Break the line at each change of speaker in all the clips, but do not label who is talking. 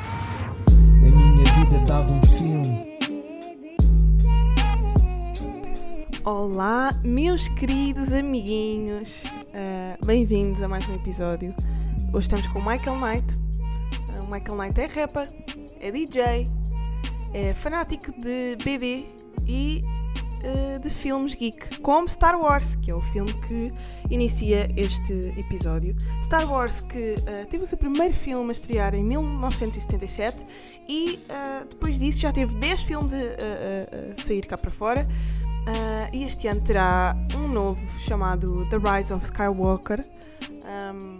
A minha vida dava um filme.
Olá, meus queridos amiguinhos, Ah, bem-vindos a mais um episódio. Hoje estamos com o Michael Knight. Ah, o Michael Knight é rapper, é DJ, é fanático de BD e ah, de filmes geek, como Star Wars, que é o filme que inicia este episódio. Star Wars, que ah, teve o seu primeiro filme a estrear em 1977 e ah, depois disso já teve 10 filmes a- a- a- a sair cá para fora. Ah, e este ano terá um novo chamado The Rise of Skywalker. Ahm,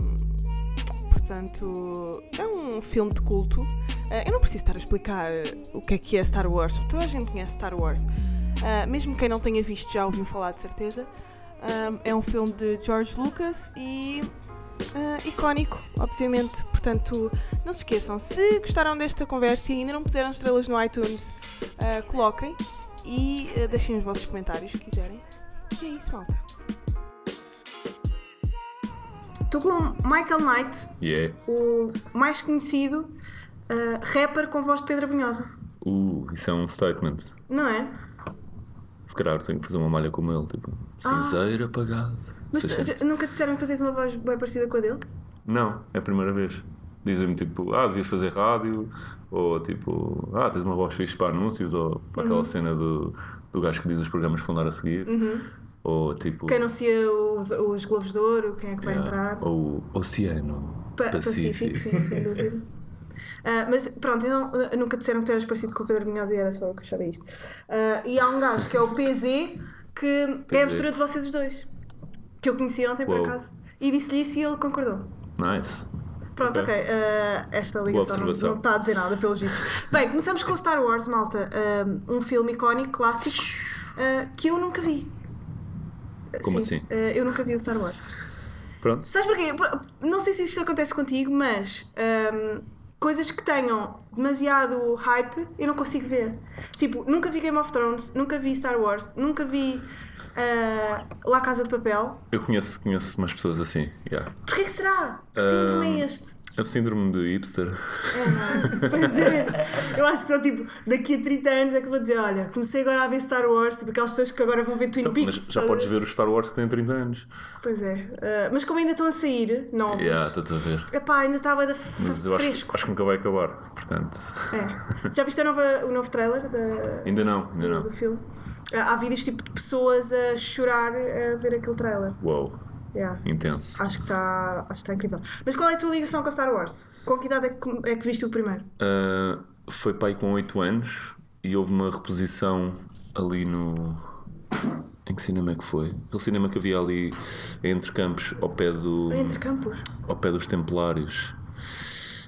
portanto, é um filme de culto. Ah, eu não preciso estar a explicar o que é que é Star Wars, porque toda a gente conhece Star Wars. Ah, mesmo quem não tenha visto já ouviu falar de certeza. Ahm, é um filme de George Lucas e ah, icónico, obviamente. Portanto, não se esqueçam, se gostaram desta conversa e ainda não puseram estrelas no iTunes, ah, coloquem e eh, deixem os vossos comentários se quiserem. E é isso, malta. Estou com Michael Knight,
Yeah.
o mais conhecido eh, rapper com voz de Pedra Bunhosa,
Uh, isso é um statement.
não é?
Se calhar tenho que fazer uma malha como ele, tipo, cinzeiro apagado.
Ah. Mas
Vocês
tu-
sabem?
já- nunca te disseram que tu tens uma voz bem parecida com a dele?
Não, é a primeira vez. Dizem-me tipo, ah, devias fazer rádio, ou tipo, ah, tens uma voz fixe para anúncios, ou
Uhum.
para aquela cena do, do gajo que diz os programas que vão dar a seguir, ou tipo.
Uhum. Quem anuncia os, os Globos de Ouro, quem é que vai
yeah,
entrar?
Ou Oceano
Pa-
Pacífico.
sim, sem dúvida. Ah, mas pronto, então, ah, nunca disseram que tu eras parecido com o Pedro Minhosa e era só eu que achava isto. Ah, e há um gajo que é o PZ, que é a
PZ.
mistura de vocês os dois, que eu conheci ontem por
Uou.
acaso. E disse-lhe isso e ele concordou.
Nice.
Pronto, ok.
Ok.
ah, esta
Boa
ligação não,
observação.
não está a dizer nada, pelos vistos. Bem, começamos com o Star Wars, malta. Ah, um filme icónico, clássico, ah, que eu nunca vi.
Como
Sim,
assim?
ah, eu nunca vi o Star Wars.
Pronto.
Sabes porquê? Por- Não sei se isto acontece contigo, mas hum, coisas que tenham demasiado hype eu não consigo ver. Tipo, nunca vi Game of Thrones, nunca vi Star Wars, nunca vi ah, La Casa de Papel.
Eu conheço, conheço umas pessoas assim. Yeah.
Porquê que será? Que síndrome é
Hum.
este?
É o síndrome de hipster.
Pois é, eu acho que só tipo, daqui a 30 anos é que vou dizer: olha, comecei agora a ver Star Wars, tipo aquelas pessoas que agora vão ver Twin
Então, Mas
Peaks.
já
sabe?
podes ver os Star Wars que têm 30 anos.
Pois é, ah, mas como ainda estão a sair novos,
Yeah, estou-te a ver.
epá, ainda estava da
Mas eu acho,
fresco.
acho que nunca vai acabar, portanto.
É. Já viste a nova- o novo trailer da-
Ainda não, ainda não.
do filme? Ah, Há vídeos tipo de pessoas a chorar a ver aquele trailer.
Uou,
Yeah.
intenso.
Acho que está tá incrível. Mas qual é a tua ligação com Star Wars? Com que idade é que, é que viste o primeiro?
Ah, foi pai com 8 anos e houve uma reposição ali no. Em que cinema é que foi? Aquele cinema que havia ali entre campos, ao pé do.
Entre campos.
ao pé dos Templários.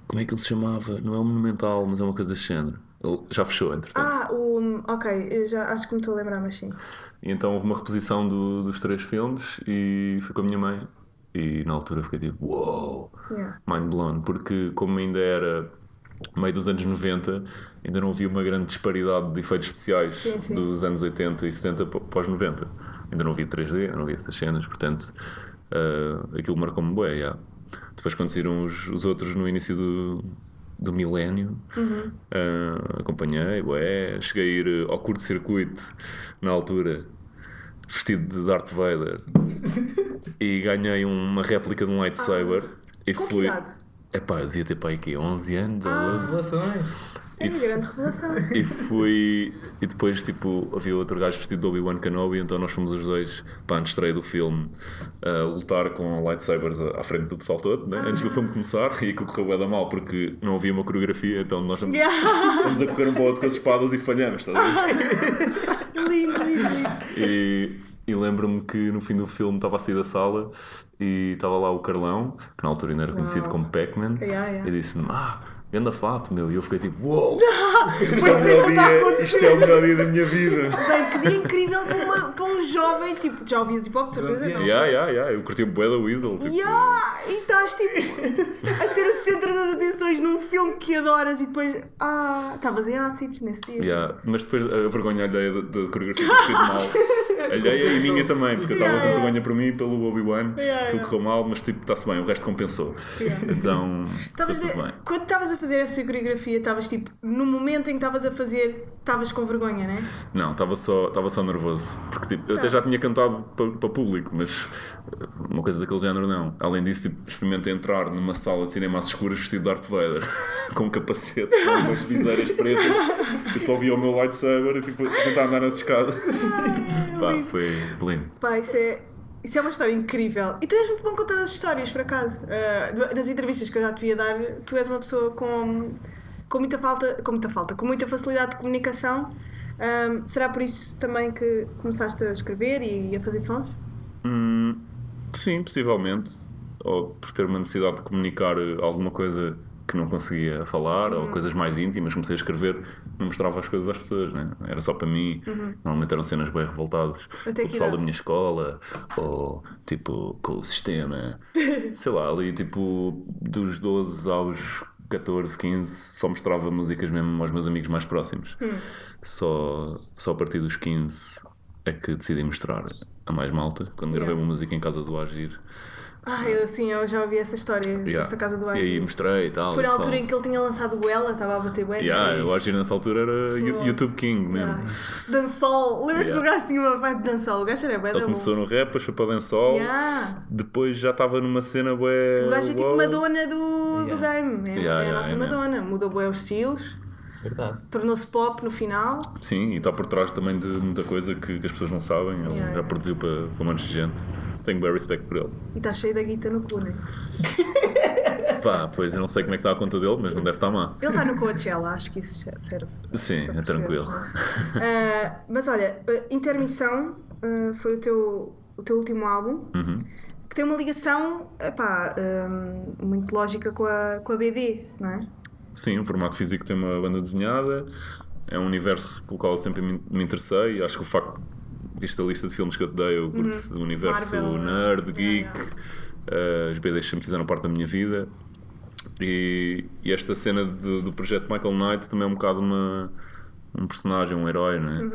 Como é que ele se chamava? Não é um monumental, mas é uma coisa desse género. Ele já fechou, entretanto.
Ah, o. Ok, eu já acho que me estou a lembrar, mas sim.
E então houve uma reposição do- dos três filmes e fui com a minha mãe. E na altura fiquei tipo, uou!
Yeah.
mind blown, porque como ainda era meio dos anos 90, ainda não havia uma grande disparidade de efeitos especiais
Sim, sim.
dos anos 80 e 70 pa- para os 90. Ainda não havia 3D, não havia essas cenas, portanto ah, aquilo marcou-me bué, yeah. Depois quando saíram os, os outros no início do, do milénio,
Uhum.
ah, acompanhei, bué, cheguei a ir ao curto-circuito na altura, vestido de Darth Vader, e ganhei uma réplica de um lightsaber. e
Ah, Com que
fui.
idade? Ah,
Epá, eu devia ter pai aqui 11 anos ou 12.
Relações.
É uma
If-
grande revelação.
E fui. E depois, tipo, havia outro gajo vestido de Obi-Wan Kenobi, então nós fomos os dois para a estreia do filme a lutar com lightsabers à à frente do pessoal todo, né? antes
Ah.
do filme começar. E aquilo correu bué da mal porque não havia uma coreografia, então nós estamos,
Yeah.
estamos a correr um para o outro com as espadas e falhamos, estás a ver?
lindo, lindo, lindo.
E, e lembro-me que no fim do filme estava a sair da sala e estava lá o Carlão, que na altura ainda era conhecido como Pac-Man,
Yeah, yeah.
e disse-me: Ah, Ganda fato, meu. E eu fiquei tipo, uou!
Isto é,
Pois
o
é,
melhor
mas há
dia,
acontecido.
isto é o melhor dia da minha vida.
Bem, que dia incrível para, uma- para um jovem, tipo, já ouvias hip hop, de certeza não.
Yeah, yeah, yeah. Eu curti o bué da Weasel. Tipo,
Yeah, e estás tipo a ser o centro das atenções num filme que adoras e depois. Ah, estavas em ácidos nesse dia.
yeah. Mas depois a vergonha alheia da, da coreografia ter corrido mal. Alheia e minha também, porque eu estava
Yeah,
com
yeah.
vergonha por mim e pelo Obi-Wan.
Yeah,
Aquilo
yeah.
correu mal, mas tipo, está-se bem, o resto compensou.
Yeah.
Então, foi
Estavas
tudo
a-
bem.
Quando estavas a fazer essa coreografia, estavas tipo, no momento em que estavas a fazer, estavas com vergonha, né?
Não, estava só, estava só nervoso. Porque tipo, eu até já tinha cantado para público, mas eh, uma coisa daquele género não. Além disso, tipo, experimentei entrar numa sala de cinema às escuras vestido de Darth Vader, com um capacete, com umas viseiras pretas. Eu só via o meu lightsaber e tipo, a tentar andar nas escadas. Pá, foi lindo.
Pá, isso é. Isso é uma história incrível. E tu és muito bom contando as histórias, por acaso. Ah, nas entrevistas que eu já te via dar, tu és uma pessoa com, com muita falta, com muita falta, com muita facilidade de comunicação. Ah, será por isso também que começaste a escrever e a fazer sons?
Hum, sim, possivelmente. Ou por ter uma necessidade de comunicar eh, alguma coisa que não conseguia falar,
Uhum.
ou coisas mais íntimas, comecei a escrever, não mostrava as coisas às pessoas, né? era só para mim. Normalmente eram cenas bem revoltadas.
Uhum. Até
com
que
o pessoal
idade?
da minha escola, ou tipo com o sistema. Sei lá, ali tipo dos 12 aos 14, 15, só mostrava músicas mesmo aos meus amigos mais próximos.
Hum.
Só, só a partir dos 15 é que decidi mostrar a mais malta, quando gravei uma música em casa do Agir.
Ah, eu, sim, eu já ouvi essa história,
Yeah.
esta casa do
E aí
Ashton.
mostrei e tal.
Foi
e
na
o
altura
pessoal-
em que ele tinha lançado o Ela, estava a bater bem.
Yeah, o Agir nessa altura era Yo- YouTube King mesmo.
Dançol, lembras-te que o
Yeah.
gajo tinha uma vibe de dançol? O gajo era bem
Ele começou no rap, depois foi para dançol,
um. Yeah.
depois já estava numa cena bué...
O gajo é tipo
uou.
Madonna do, do game. É, é a
Yeah, yeah,
nossa
é mesmo.
Madonna. Mudou bem os estilos,
Verdade.
tornou-se pop no final.
Sim, e está por trás também de muita coisa que, que as pessoas não sabem. Ele
Yeah,
já
yeah.
produziu para, para um monte de gente. Tenho bem respeito por ele.
E está cheio da guita no cu, né?
Pá, pois eu não sei como é que está a conta dele, mas não deve estar má.
Ele está no Coachella, acho que isso já serve.
Sim, é tranquilo.
Ah, mas olha, ah, Intermissão ah, foi o teu, o teu último álbum.
Uhum.
Que tem uma ligação epá, ah, muito lógica com a, com a BD, não é?
Sim, o formato físico tem uma banda desenhada, é um universo pelo qual eu sempre me me interessei. Acho que o facto, visto a lista de filmes que eu te dei, eu curto o universo
Uhum. Marvel, né?
nerd,
yeah,
geek, eh, os BDs sempre fizeram parte da minha vida. E, e esta cena do, do projeto Michael Knight também é um bocado uma, um personagem, um herói, não é?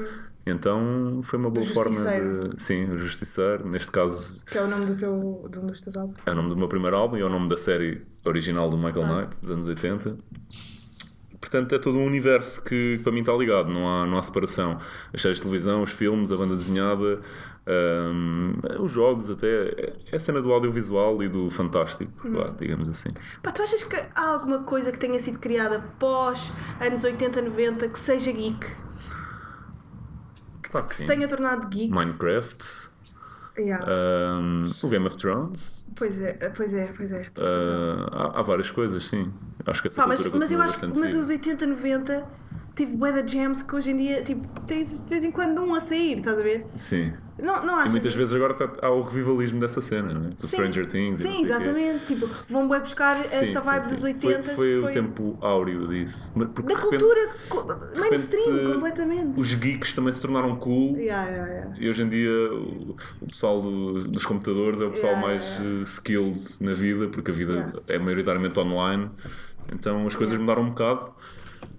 Então foi uma boa forma
Uhum. Justiceiro.
de. Sim, o Justiceiro. Neste caso
Que é o nome do teu, de um dos teus álbuns.
é o nome do meu primeiro álbum e é o nome da série original do Michael Knight, dos anos 80. Portanto, é todo um universo que para mim está ligado, não há, não há separação. As séries de televisão, os filmes, a banda desenhada, hum, os jogos, até. É a cena do audiovisual e do fantástico,
Uhum.
vá, digamos assim.
Pá, tu achas que há alguma coisa que tenha sido criada pós anos 80, 90 que seja geek?
Claro que
Que se
sim.
tenha tornado geek?
Minecraft,
Yeah.
hum, o Game of Thrones,
Pois é, pois é, pois é.
hum, há, há várias coisas, sim. Acho que essa
Pá, mas,
cultura
mas eu
continua
acho que
bastante
mas
viva.
os 80, 90 tive bué da jams que hoje em dia tipo, tens de vez em quando um a sair, estás a ver?
Sim.
Não, não
E
acho.
muitas vezes agora tá- há o revivalismo dessa cena, não é? Do Stranger Things e
Sim,
não sei o quê.
exatamente. Tipo, vão bué buscar
Sim,
essa
sim,
vibe
sim.
dos 80
Foi, foi o tempo áureo disso. Mas Porque
da
de repente-
cultura
de
co-
repente,
mainstream,
eh,
completamente.
Os geeks também se tornaram cool.
Yeah, yeah, yeah.
E hoje em dia o, o pessoal do- dos computadores é o pessoal
Yeah,
mais eh, skilled na vida, porque a vida
Yeah.
é maioritariamente online. Então as coisas mudaram um bocado.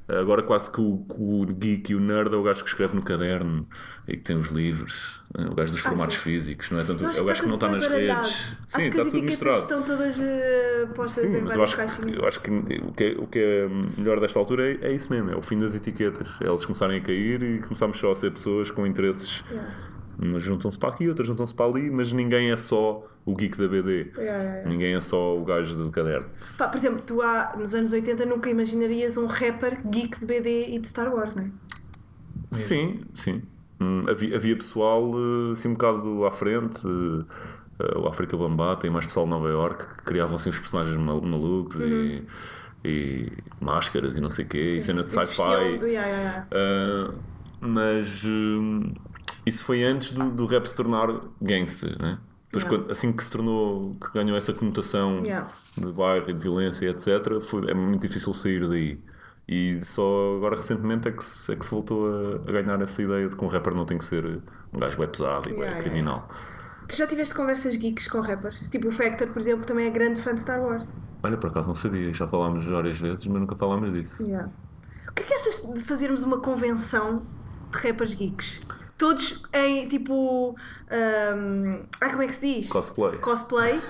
Agora quase que o, que o geek e o nerd é o gajo que escreve no caderno e que tem os livros, é o gajo dos formatos
Ah, sim.
físicos, não é tanto
Eu
é o gajo que não está
tá tudo
nas
bem baralhado.
redes. Sim,
acho que
está
as
tudo
etiquetas
misturado.
estão todas eh, postas
Sim,
em
mas eu
várias
acho, que,
caixinhas.
eu acho que o que, é, o que é melhor desta altura é, é isso mesmo, é o fim das etiquetas. É eles começarem a cair e começarmos só a ser pessoas com interesses.
Yeah.
Umas juntam-se para aqui, outras juntam-se para ali, mas ninguém é só o geek da BD.
Yeah, yeah, yeah.
Ninguém é só o gajo do caderno.
Pá, por exemplo, tu há, nos anos 80 nunca imaginarias um rapper geek de BD e de Star Wars, não é?
Sim, sim. Hum, havia, havia pessoal eh, assim um bocado à frente. eh, eh, o África Bambá, tem mais pessoal de Nova York que criavam assim os personagens mal- malucos
Uhum.
e, e máscaras e não sei o quê, e cena de
Esse
sci-fi.
estilo de- yeah, yeah, yeah.
Uh, mas hum, isso foi antes do, do rap se tornar gangster, né? Depois,
Yeah.
quando- assim que se tornou, que ganhou essa conotação
Yeah.
de bairro e de violência, etc., foi- é muito difícil sair daí. E só agora recentemente é que se, é que se voltou a, a ganhar essa ideia de que um rapper não tem que ser um gajo web pesado e bué
Yeah, yeah,
criminal.
Tu já tiveste conversas geeks com rappers? Tipo o Factor, por exemplo, também é grande fã de Star Wars.
Olha, por acaso não sabia, já falámos várias vezes, mas nunca falámos disso.
Yeah. O que é que achas de fazermos uma convenção de rappers geeks? Todos em tipo. ahm, ah, como é que se diz?
Cosplay.
Cosplay.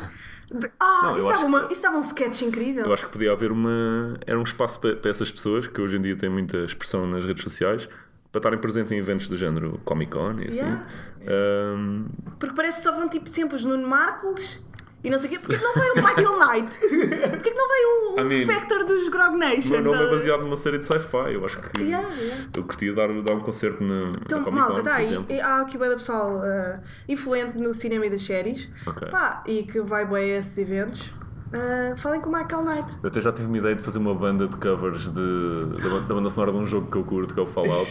De- Ah,
Não, eu
isso,
acho
dava uma, isso dava um sketch incrível.
Eu acho que podia haver uma. Era um espaço para, para essas pessoas que hoje em dia têm muita expressão nas redes sociais para estarem presentes em eventos do género Comic Con e assim.
Yeah.
Ahm,
Porque parece que só vão tipo sempre os Nuno Marcos e não sei o quê. Porquê que não vai o Michael Knight? Porquê que não vai o, o
I mean,
Factor dos Grog Nation?
meu nome é
Tá-
baseado numa série de sci-fi. Eu acho que.
Yeah, yeah.
Eu curtia dar, dar um concerto na,
Então,
na Comic Con,
malta,
por
tá aí.
exemplo.
E Há aqui bué da pessoal ah, influente no cinema e das séries.
Ok.
Pá, e que vai bem a esses eventos. Ah, falem com o Michael Knight.
Eu até já tive uma ideia de fazer uma banda de covers de, da, ban- da banda sonora de um jogo que eu curto, que é o Fallout,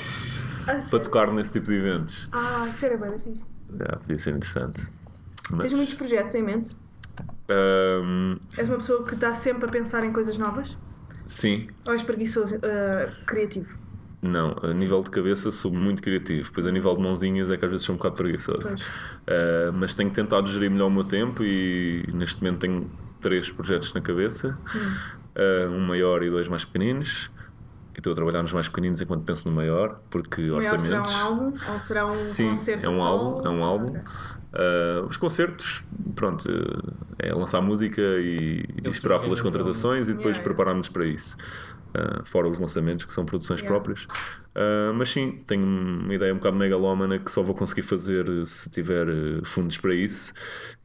para tocar nesse tipo de eventos.
Ah, isso era bué da fixe.
Yeah, podia ser interessante.
Tens
Mas,
muitos projetos em mente?
ahm,
És uma pessoa que está sempre a pensar em coisas novas?
sim,
Ou és preguiçoso, ah, criativo?
Não, a nível de cabeça sou muito criativo, pois a nível de mãozinhas é que às vezes sou um bocado preguiçoso.
Pois.
Ah, mas tenho tentado gerir melhor o meu tempo e neste momento tenho três projetos na cabeça,
Hum.
Ah, um maior e dois mais pequeninos. E estou a trabalhar nos mais pequeninos enquanto penso no maior, porque
O maior será
orçamentos.
um álbum? Ou será um
Sim,
concerto
é um
a
álbum,
solo?
é um álbum.
Ok.
Ah, os concertos, pronto, eh, é lançar música e, e esperar pelas contratações e depois
Yeah, yeah.
prepararmos para isso. Ah, fora os lançamentos, que são produções
Yeah.
próprias. Ah, mas sim, tenho uma ideia um bocado megalómana que só vou conseguir fazer eh, se tiver eh, fundos para isso.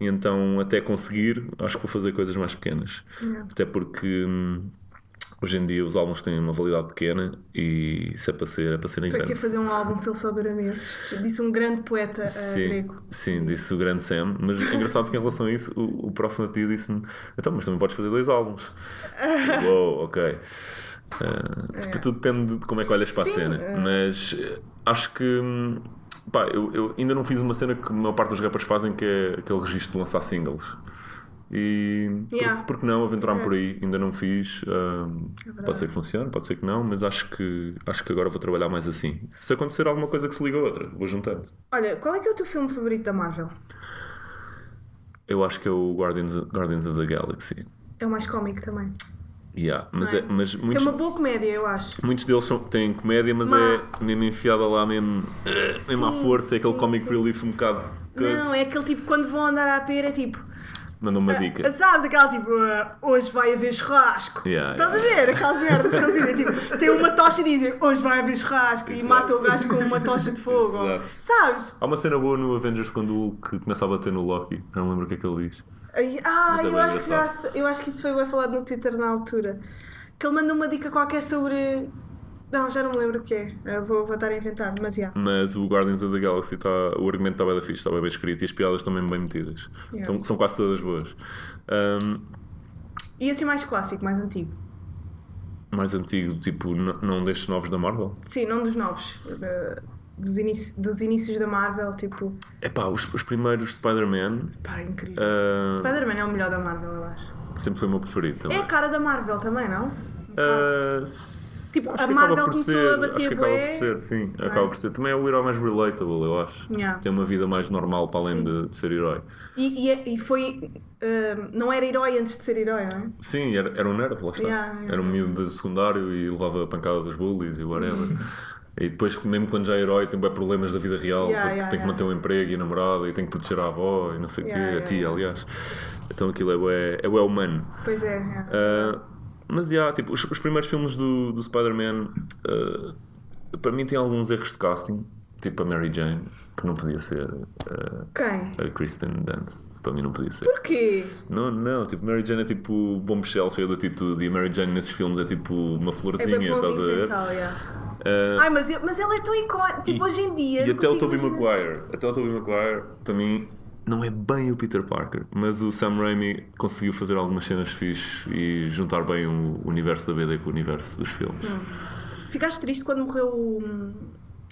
E então, até conseguir, acho que vou fazer coisas mais pequenas. Até porque. hum, Hoje em dia os álbuns têm uma validade pequena e se é para ser, é para ser em
Para que
grande.
fazer um álbum se ele só dura meses? Disse um grande poeta ah,
Sim,
grego.
sim, disse o grande Sam. Mas é engraçado porque em relação a isso, o, o prof no outro dia disse-me: Então, mas também podes fazer dois álbuns. Uou, ok. Ah, porque tudo depende de como é que olhas para
Sim,
a cena.
eh.
Mas eh, acho que. hum, Pá, eu, eu ainda não fiz uma cena que a maior parte dos rappers fazem, que é aquele registro de lançar singles. E
Yeah.
por, porque não aventurar-me
É.
por aí? Ainda não fiz. hum, pode ser que funcione, pode ser que não, mas acho que acho que agora vou trabalhar mais assim. Se acontecer alguma coisa que se liga a outra, vou juntando.
Olha, qual é que é o teu filme favorito da Marvel?
Eu acho que é o Guardians, Guardians of the Galaxy.
É o mais cómico também.
Yeah, mas, é, mas
É
muitos,
uma boa comédia, eu acho.
muitos deles são- têm comédia, mas
Má.
é mesmo enfiada lá, mesmo, mesmo à
Sim,
força. É aquele
sim,
comic
sim.
relief um bocado.
Não, é aquele tipo, quando vão andar à pera, é tipo.
Mandou uma dica.
Sabes aquela tipo, "Ah, hoje vai haver churrasco.
Yeah,
Estás a ver? Aquelas merdas que eles dizem, tipo, tem uma tocha e dizem, hoje vai haver churrasco e
Exato.
matam o gajo com uma tocha de fogo.
Exato.
Sabes?
Há uma cena boa no Avengers quando o Hulk começa a bater no Loki. Já não lembro o que é que ele diz.
Ai, Ah,
Mas é
eu,
bem
acho que já,
engraçado.
se- eu acho que isso foi bem falado no Twitter na altura. Que ele manda uma dica qualquer sobre. Não, já não me lembro o que é. Eu Vou, vou estar a inventar, mas já.
Mas o Guardians of the Galaxy, tá, o argumento está bem da fixe, está bem bem escrito e as piadas também bem metidas.
Yeah.
Então, são quase todas boas. Ahm,
E assim mais clássico, mais antigo.
mais antigo, tipo, n- não destes novos da Marvel?
Sim, não dos novos. da- dos, inici- dos inícios da Marvel, tipo.
É pá, os, os primeiros Spider-Man.
Pá, é incrível.
ah,
Spider-Man é o melhor da Marvel, eu acho.
Sempre foi o meu preferido
É
também.
a cara da Marvel também, não?
Uh,
Tipo,
acho
a
que
Marvel
acaba por
começou
ser,
a bater
Acho que acaba
bué,
por ser, sim.
não é?
Acaba por ser. Também é o herói mais relatable, eu acho.
Yeah.
Tem uma vida mais normal para além de, de ser herói.
E, e é- e foi. ahm, não era herói antes de ser herói, não é?
Sim, era, era um nerd, lá está.
Yeah, yeah.
Era um miúdo do secundário e levava a pancada dos bullies e
Uhum.
whatever. e depois, mesmo quando já é herói, tem bué problemas da vida real,
Yeah,
porque
yeah,
tem que
yeah.
manter um emprego e a namorada e tem que proteger a avó e não sei o
Yeah,
quê,
yeah,
a tia,
yeah.
aliás. Então aquilo é bué, é bué humano.
Pois é. é.
Uh, mas yeah, tipo, os, os primeiros filmes do, do Spider-Man uh, para mim tem alguns erros de casting, tipo a Mary Jane, que não podia ser uh,
Quem?
a Kristen Dunst, para mim não podia ser.
Porquê?
Não, não, tipo, Mary Jane é tipo bom Michel cheio de atitude e a Mary Jane nesses filmes é tipo uma
É
florzinha,
bem
estás a
bonzinho sem
ver?
sal, yeah.
Uh,
Ai, mas, eu- mas ela é tão icónica. Tipo,
e-
hoje em dia.
e
não
até o
consigo
Tobey
imaginar.
Maguire, até o Tobey Maguire, para mim não é bem o Peter Parker, mas o Sam Raimi conseguiu fazer algumas cenas fixes e juntar bem o universo da BD com o universo dos filmes.
Ficaste triste quando morreu o,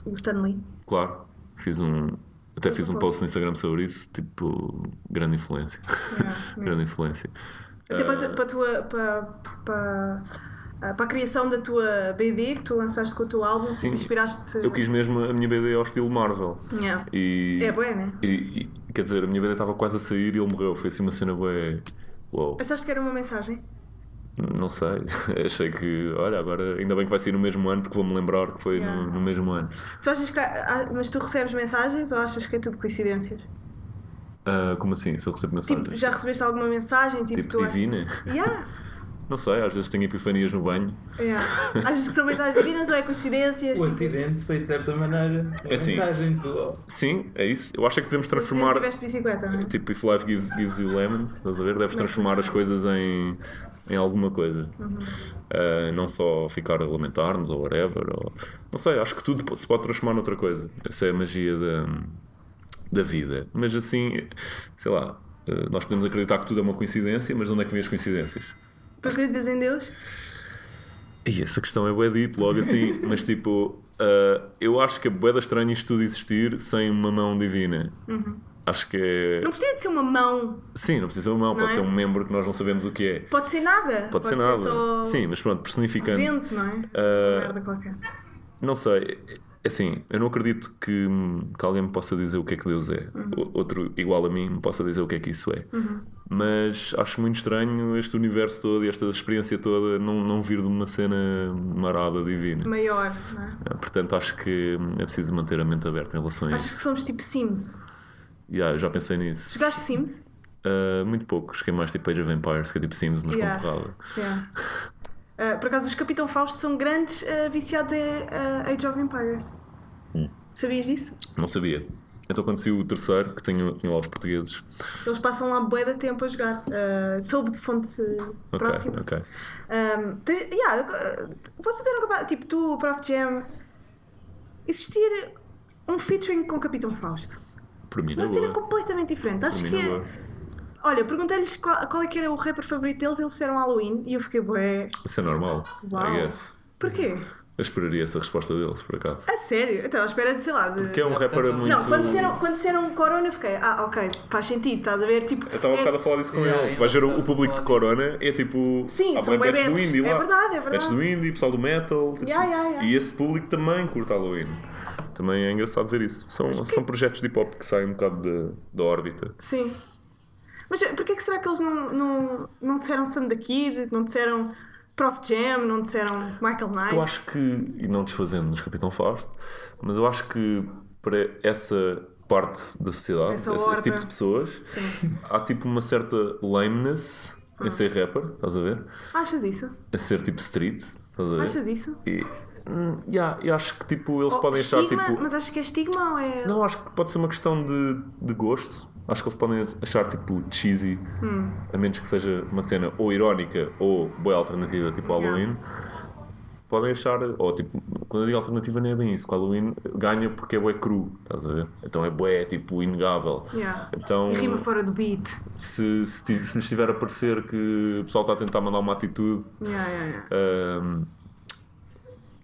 o Stanley.
Claro, fiz um. Até
Faz
fiz
um
um
post.
post no Instagram sobre isso, tipo, grande influência.
Yeah, yeah.
grande influência.
Até para, a
Ah,
tu- para, a tua, para, para, ah, para a criação da tua BD que tu lançaste com o teu álbum,
Sim.
tu inspiraste.
eu quis mesmo a minha BD ao estilo Marvel.
Yeah.
E,
É bué, né?
e- e- quer dizer, a minha BD estava quase a sair e ele morreu. Foi assim uma cena bué. Uou,
Achaste que era uma mensagem?
não sei. Achei que, olha, agora ainda bem que vai sair no mesmo ano, porque vou-me lembrar que foi no-
Yeah.
no, mesmo ano.
Tu achas que há- há- mas tu recebes mensagens ou achas que é tudo coincidências?
Ah, como assim? Se eu recebo mensagens?
Tipo, já recebeste alguma mensagem? Tipo,
Tipo
tu achas-
divina?
Yeah,
Não sei, às vezes tenho epifanias no banho.
yeah. Achas que são mensagens divinas ou é coincidências? Tipo,
O acidente foi de certa maneira a
É assim.
mensagem do
Sim, é isso. Eu acho é que devemos
Tu
transformar.
tiveste bicicleta, não é?
Tipo, if life gives, gives you lemons, estás a ver? Deves transformar as coisas em, em alguma coisa. Ah, não só ficar a lamentar-nos ou whatever. Ou... Não sei, acho que tudo po- se pode transformar noutra coisa. Essa é a magia da, da vida. Mas assim, sei lá, ah, nós podemos acreditar que tudo é uma coincidência, mas de onde é que vêm as coincidências?
Tu acreditas em Deus?
E essa questão é bué deep, logo assim, mas tipo, ah, eu acho que é bué da estranho isto tudo existir sem uma mão divina. Acho que Uhum. é.
Não precisa de ser uma mão,
Sim, não precisa ser uma mão,
Não
pode
é?
ser um membro que nós não sabemos o que é. Pode,
pode ser nada.
ser nada.
só
Sim, mas pronto, personificando.
vento, não é?
Ah.
Merda qualquer.
Não sei, é- assim, eu não acredito que, que alguém me possa dizer o que é que Deus é.
Uhum.
O- Outro igual a mim me possa dizer o que é que isso é. Mas acho muito estranho este universo todo e esta experiência toda não, não vir de uma cena marada divina.
Maior, não é?
Ah, Portanto, acho que hum, é preciso manter a mente aberta em relação a
Achas
isso.
que somos tipo Sims?
Yeah, eu já pensei nisso.
Jogaste Sims?
Ah, muito poucos, que é mais tipo Age of Empires, que é tipo Sims, mas
Yeah.
com porrada.
Yeah. Ah, por acaso, os Capitão Fausto são grandes ah, viciados em ah, Age of Empires.
Hum.
Sabias disso?
Não sabia. Então, quando saiu o terceiro, que tinha, tinha lá os portugueses.
Eles passam lá bué de tempo a jogar. Ah, soube de fonte
Ok,
próxima.
ok.
Um, tens- yeah, uh, vocês eram capazes, tipo tu, Prof. Jam, existir um featuring com o Capitão Fausto.
Por mim, na
Uma cena
boa.
completamente diferente.
Por
Acho
mim,
que. é.
na boa.
Olha, perguntei-lhes qual, qual é que era o rapper favorito deles, eles disseram Halloween e eu fiquei, bué.
Isso é normal,
Uau.
I guess.
Porquê?
Eu esperaria essa resposta deles, por acaso.
A sério? Eu estava à espera de, sei lá, de.
Que é um rapper muito.
É Não, quando disseram, quando disseram Corona, eu fiquei, ah, ok, faz sentido, estás a ver? Tipo,
Eu estava um
é-
bocado a falar disso com
Yeah,
ele.
eu
Tu vais ver o, o
estava a
público de
falar
Corona, é tipo.
Sim,
há
são
bué
bem
do
bands.
indie lá.
É verdade, é verdade.
Bands do indie, pessoal do metal. tipo,
Yeah, yeah, yeah.
E esse público também curta Halloween. Também é engraçado ver isso. São, são projetos de hip hop que saem um bocado da- da órbita.
Sim. Mas porquê que será que eles não, não, não disseram Sam the Kid, não disseram Prof Jam, não disseram Michael Knight?
Eu acho que, e não desfazendo nos Capitão Fausto, mas eu acho que para essa parte da sociedade,
Essa
esse,
horda.
esse tipo de pessoas, há tipo uma certa lameness
Ah.
em ser rapper, estás a ver?
Achas isso?
A ser tipo street, estás a ver?
Achas isso?
E hum, yeah, eu acho que tipo, eles
Ou
podem achar
estigma,
tipo.
Mas achas que é estigma ou é.
Não, acho que pode ser uma questão de, de gosto. Acho que eles podem achar tipo cheesy,
Hum.
a menos que seja uma cena ou irónica ou boa alternativa, tipo Halloween. Podem achar, ou tipo, quando eu digo alternativa, não é bem isso. Que o Halloween ganha porque é bué cru, estás a ver? Então é bué, tipo, inegável.
Yeah.
Então,
E rima fora do beat.
se, se, ti- se nos estiver a parecer que o pessoal está a tentar mandar uma atitude. ehm,
Yeah, yeah, yeah.
ahm,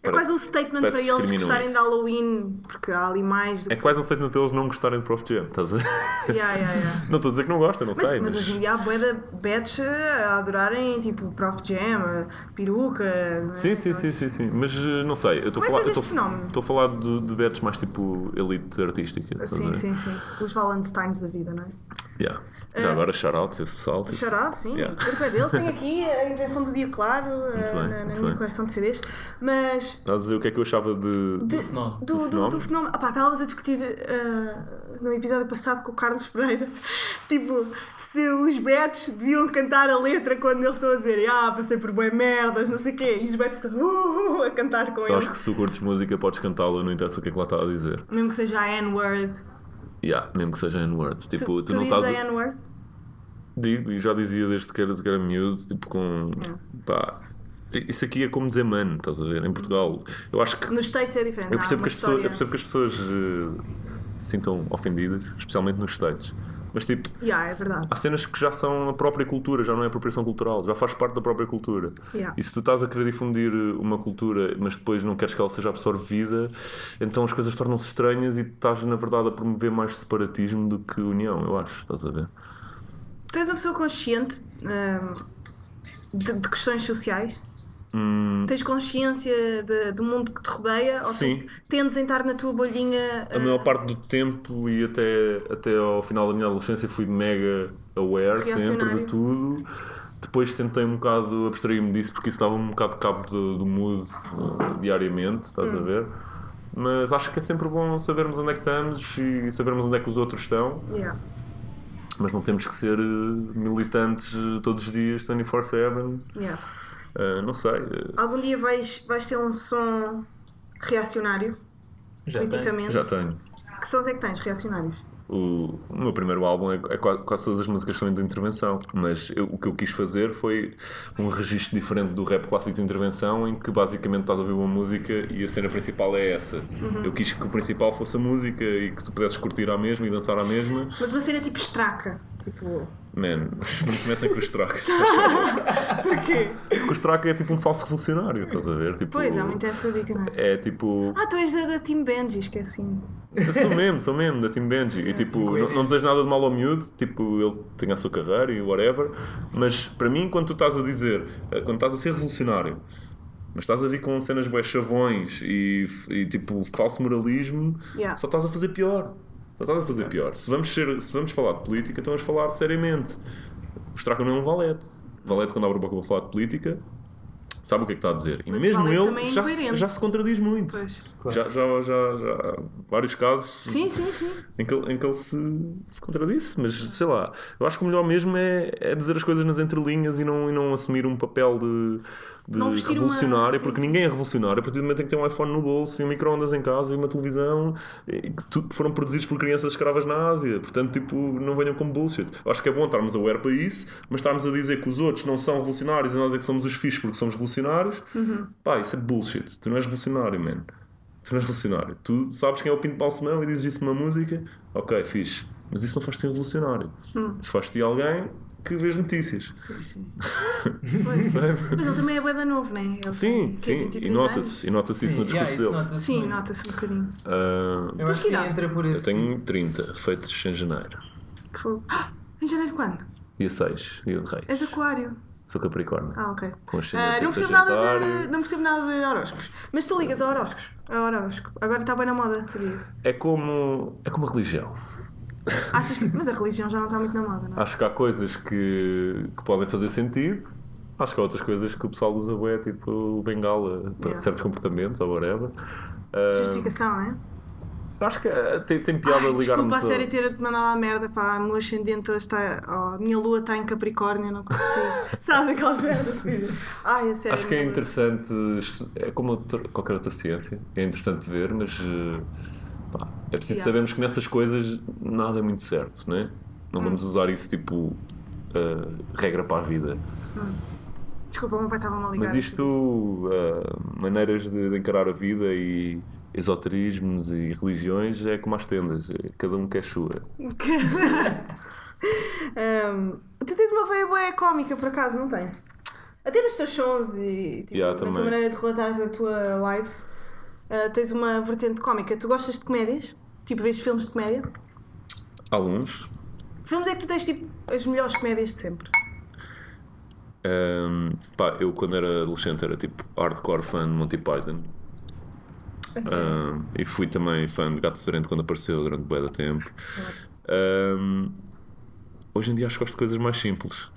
É
parece-
quase um statement
parece
para
que
eles
discriminam
gostarem
isso.
de Halloween, porque há ali mais do
É
que.
quase um statement para eles não gostarem de Prof. Jam, estás a ver?
Yeah, yeah, yeah.
Não estou a dizer que não gostam, não
Mas,
sei.
mas
mas-
hoje em dia há boeda bets a adorarem tipo Prof Jam, a peruca. não é?
Sim, sim, sim, sim, sim. Mas eh, não sei, eu estou a
Como é
falar.
que faz
eu Estou
este fenómeno? Ah,
estou a falar de, de betos mais tipo elite artística. estás a
Sim,
ver?
sim, sim. Os Valentines da vida, não é?
Yeah. Já agora, shout-out a esse pessoal. tipo,
Chorado, sim.
Yeah.
O corpo é deles. Tenho aqui a invenção do dia claro eh,
Muito bem,
na- na,
muito
minha
bem.
coleção de CDs. Mas.
Estás a dizer o que é que eu achava de.
de-
fenómeno.
do, do,
fenómeno.
do fenómeno. Ah pá, estávamos a discutir eh, no episódio passado com o Carlos Pereira, tipo, se os betos deviam cantar a letra quando eles estão a dizer ah, passei por bem merdas, não sei o quê, e os betos estão "Uh, uh", a cantar com
Eu
eles.
acho que se tu curtes música, podes cantá-la, não interessa o que é que lá está a dizer.
Mesmo que seja a N-word.
Yeah, mesmo que seja N-word.
Tu,
Tipo, tu,
tu
não
dizes
estás.
a
a-
N-word?
Digo, e já dizia desde que era, que era miúdo, tipo, com. Pá. Isso aqui é como dizer mano, estás a ver? Em Portugal. Eu acho que.
Nos States é diferente.
Eu
há
percebo,
uma
que as pessoas,
história.
eu percebo que as pessoas eh, se sintam ofendidas, especialmente nos States. Mas tipo,
Yeah, é verdade.
há cenas que já são a própria cultura, já não é apropriação cultural, já faz parte da própria cultura.
Yeah.
E se tu estás a querer difundir uma cultura, mas depois não queres que ela seja absorvida, então as coisas tornam-se estranhas e estás, na verdade, a promover mais separatismo do que união, eu acho, estás a ver?
Tu és uma pessoa consciente hum, de, de questões sociais? Tens consciência de- do mundo que te rodeia? Ou
Hum. Sim.
tu tendes a entrar na tua bolinha?
A
hum,
maior parte do tempo e até, até ao final da minha adolescência fui mega aware sempre de
Reacionário.
tudo. Depois tentei um bocado abstrair-me disso porque isso dava um bocado de cabo do, do mood uh, diariamente, estás a ver? Mas acho que é sempre bom sabermos onde é que estamos e sabermos onde é que os outros estão,
yeah.
mas não temos que ser uh, militantes uh, todos os dias, 24-7.
yeah.
Uh, não sei. uh,
Algum dia vais, vais ter um som reacionário,
Já tem.
politicamente?
ah, já tenho.
Que sons é que tens, reacionários?
O, o meu primeiro álbum é, é quase, quase todas as músicas são de intervenção, mas eu- o que eu quis fazer foi um registro diferente do rap clássico de intervenção, em que basicamente estás a ouvir uma música e a cena principal é essa.
Uhum.
Eu quis que o principal fosse a música e que tu pudesses curtir à mesma e dançar à mesma.
Mas uma cena tipo estraca. Tipo.
Man, não comecem com os trocas.
Porquê?
Porque os trocas é tipo um falso revolucionário, estás a ver? Tipo,
Pois, há muito essa dica, não é?
É tipo.
Ah, tu és da, da Team Benji, esqueci-me.
Eu sou mesmo, sou mesmo, da Team
Ah,
Benji. E tipo, não, não desejo nada de mal ao miúdo, tipo, ele tem a sua carreira e whatever. Mas para mim, quando tu estás a dizer, eh, quando estás a ser revolucionário, mas estás a vir com cenas bué chavões e, e, tipo falso moralismo,
Yeah.
só estás a fazer pior. Só estás a fazer pior. Se vamos, ser, se vamos falar de política, então vamos falar seriamente. Mostrar que eu não é um valete. Valete, quando abre a boca para falar de política, sabe o que é que está a dizer. E
Mas
mesmo
valete
ele
também é
já se,
incoerente.
já se contradiz muito.
Pois.
Claro.
Já, já, já, já- vários casos
Sim, sim, sim.
em que, ele- em que ele se, se contradisse, mas sei lá, eu acho que o melhor mesmo é, é dizer as coisas nas entrelinhas e não, e não assumir um papel de, de
Não vestir uma-
revolucionário,
sim,
porque
sim.
ninguém é revolucionário a partir do momento em que tem um iPhone no bolso e um micro-ondas em casa e uma televisão e que tu- que foram produzidos por crianças escravas na Ásia, portanto, tipo, não venham com bullshit. Eu acho que é bom estarmos aware para isso, mas estarmos a dizer que os outros não são revolucionários e nós é que somos os fixos porque somos revolucionários,
Uhum.
pá, isso é bullshit. Tu não és revolucionário, man. Tu não és revolucionário. Tu sabes quem é o Pinto Balsemão e dizes isso numa música, ok, fixe. Mas isso não faz-te um revolucionário.
Hum.
Isso faz-te alguém que vês notícias.
Pois.
Sabe?
Mas ele também é bué da novo, não é? Ele
Sim,
tem, quê,
sim,
23
e
anos?
nota-se, e nota-se isso no
yeah,
discurso
isso
dele.
nota-se
Sim,
muito.
nota-se Então, um bocadinho.
Ah,
Eu acho que
que dá.
entra por
eu
esse.
tenho 30, feitos em janeiro.
Que fogo. Ah, em janeiro quando?
Dia 6, dia de reis.
És aquário.
Sou Capricórnio.
Ah, ok.
Com ascendente
Ah,
em
não, percebo nada de,
Sagitário.
não percebo nada de horóscopos. Mas tu ligas a horóscopos. A horóscopo. Agora está bem na moda, sabia?
É como. É como a religião.
Achas que... Mas a religião já não está muito na moda, não é?
Acho que há coisas que, que podem fazer sentido. Acho que há outras coisas que o pessoal usa bué, tipo bengala para
Yeah.
certos comportamentos ou whatever. Ah,
Justificação, não é?
acho que ah, tem, tem piada ligarmos
Desculpa a
ao-
série ter-te mandado à merda, pá. O meu ascendente hoje está. ó, a minha lua está em Capricórnio, eu não consigo. Sabes aquelas merdas que dizem? Ai, a série.
Acho que é
não-
interessante, estu- é como outra- qualquer outra ciência, é interessante ver, mas eh, pá, é preciso
Yeah.
sabermos que nessas coisas nada é muito certo, não é? Não
Hum.
vamos usar isso tipo eh, regra para a vida.
Desculpa, o meu pai estava-me a ligar.
Mas isto, eh, maneiras de, de encarar a vida e esoterismos e religiões é como as tendas, é cada um quer a sua.
Hum, tu tens uma veia boa cómica, por acaso, não tens? Até nos teus sons e tipo,
Yeah,
na
também.
tua maneira de relatares a tua live, uh, tens uma vertente cómica. Tu gostas de comédias? Tipo, vês filmes de comédia?
Alguns,
Que Filmes é que tu tens tipo as melhores comédias de sempre.
ehm, pá, eu quando era adolescente era tipo hardcore fã de Monty Python.
Assim,
Um, e fui também fã de Gato Fedorento quando apareceu durante bué da tempo. Um, hoje em dia acho que gosto de coisas mais simples,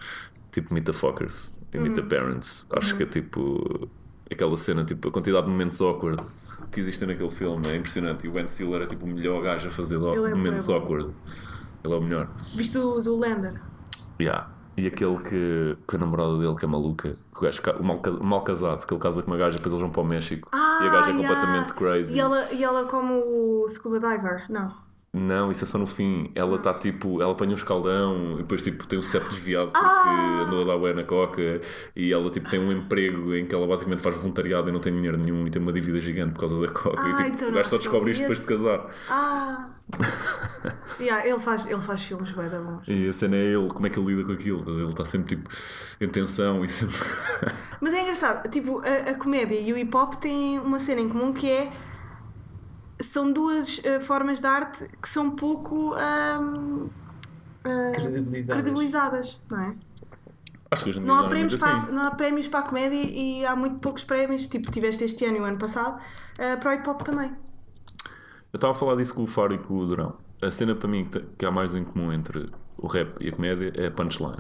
tipo Meet the Fuckers e Meet the
Hum.
Parents. Acho que é tipo aquela cena, tipo a quantidade de momentos awkward que existem naquele filme é impressionante. E o Ben Stiller é tipo o melhor gajo a fazer
Ele é
momentos
bué bom.
awkward. Ele é o melhor.
Viste o Zoolander?
Yeah. E aquele que, que a namorada dele, que é maluca, que o, gajo, ca- o mal, ca- o mal casado, que ele casa com uma gaja, depois eles vão para o México e a gaja é
Ah, yeah.
completamente crazy.
E ela, e ela como o Scuba Diver? Não.
Não, isso é só no fim. Ela está tipo, ela apanha um escaldão e depois tipo tem o septo desviado porque
Ah!
andou a dar bué na coca e ela tipo tem um emprego em que ela basicamente faz voluntariado e não tem dinheiro nenhum e tem uma dívida gigante por causa da coca.
Ah,
e, tipo,
então
o
não
gajo só descobre isto
soube
depois de casar.
Ah! yeah, ele, faz, ele faz filmes bem da bons.
E a cena é ele, como é que ele lida com aquilo? Ele está sempre tipo em tensão e sempre.
Mas é engraçado, tipo, a, a comédia e o hip hop têm uma cena em comum que é. São duas eh, formas de arte que são pouco ahm, ah,
Credibilizadas.
credibilizadas, não é?
Acho que hoje em dia
Não há,
já é muito
prémios para,
assim.
não há prémios para a comédia e há muito poucos prémios, tipo tiveste este ano e o ano passado, eh, para o hip hop também.
Eu estava a falar disso com o Faro e com o Durão. A cena para mim que, te- que há mais em comum entre o rap e a comédia é a punchline.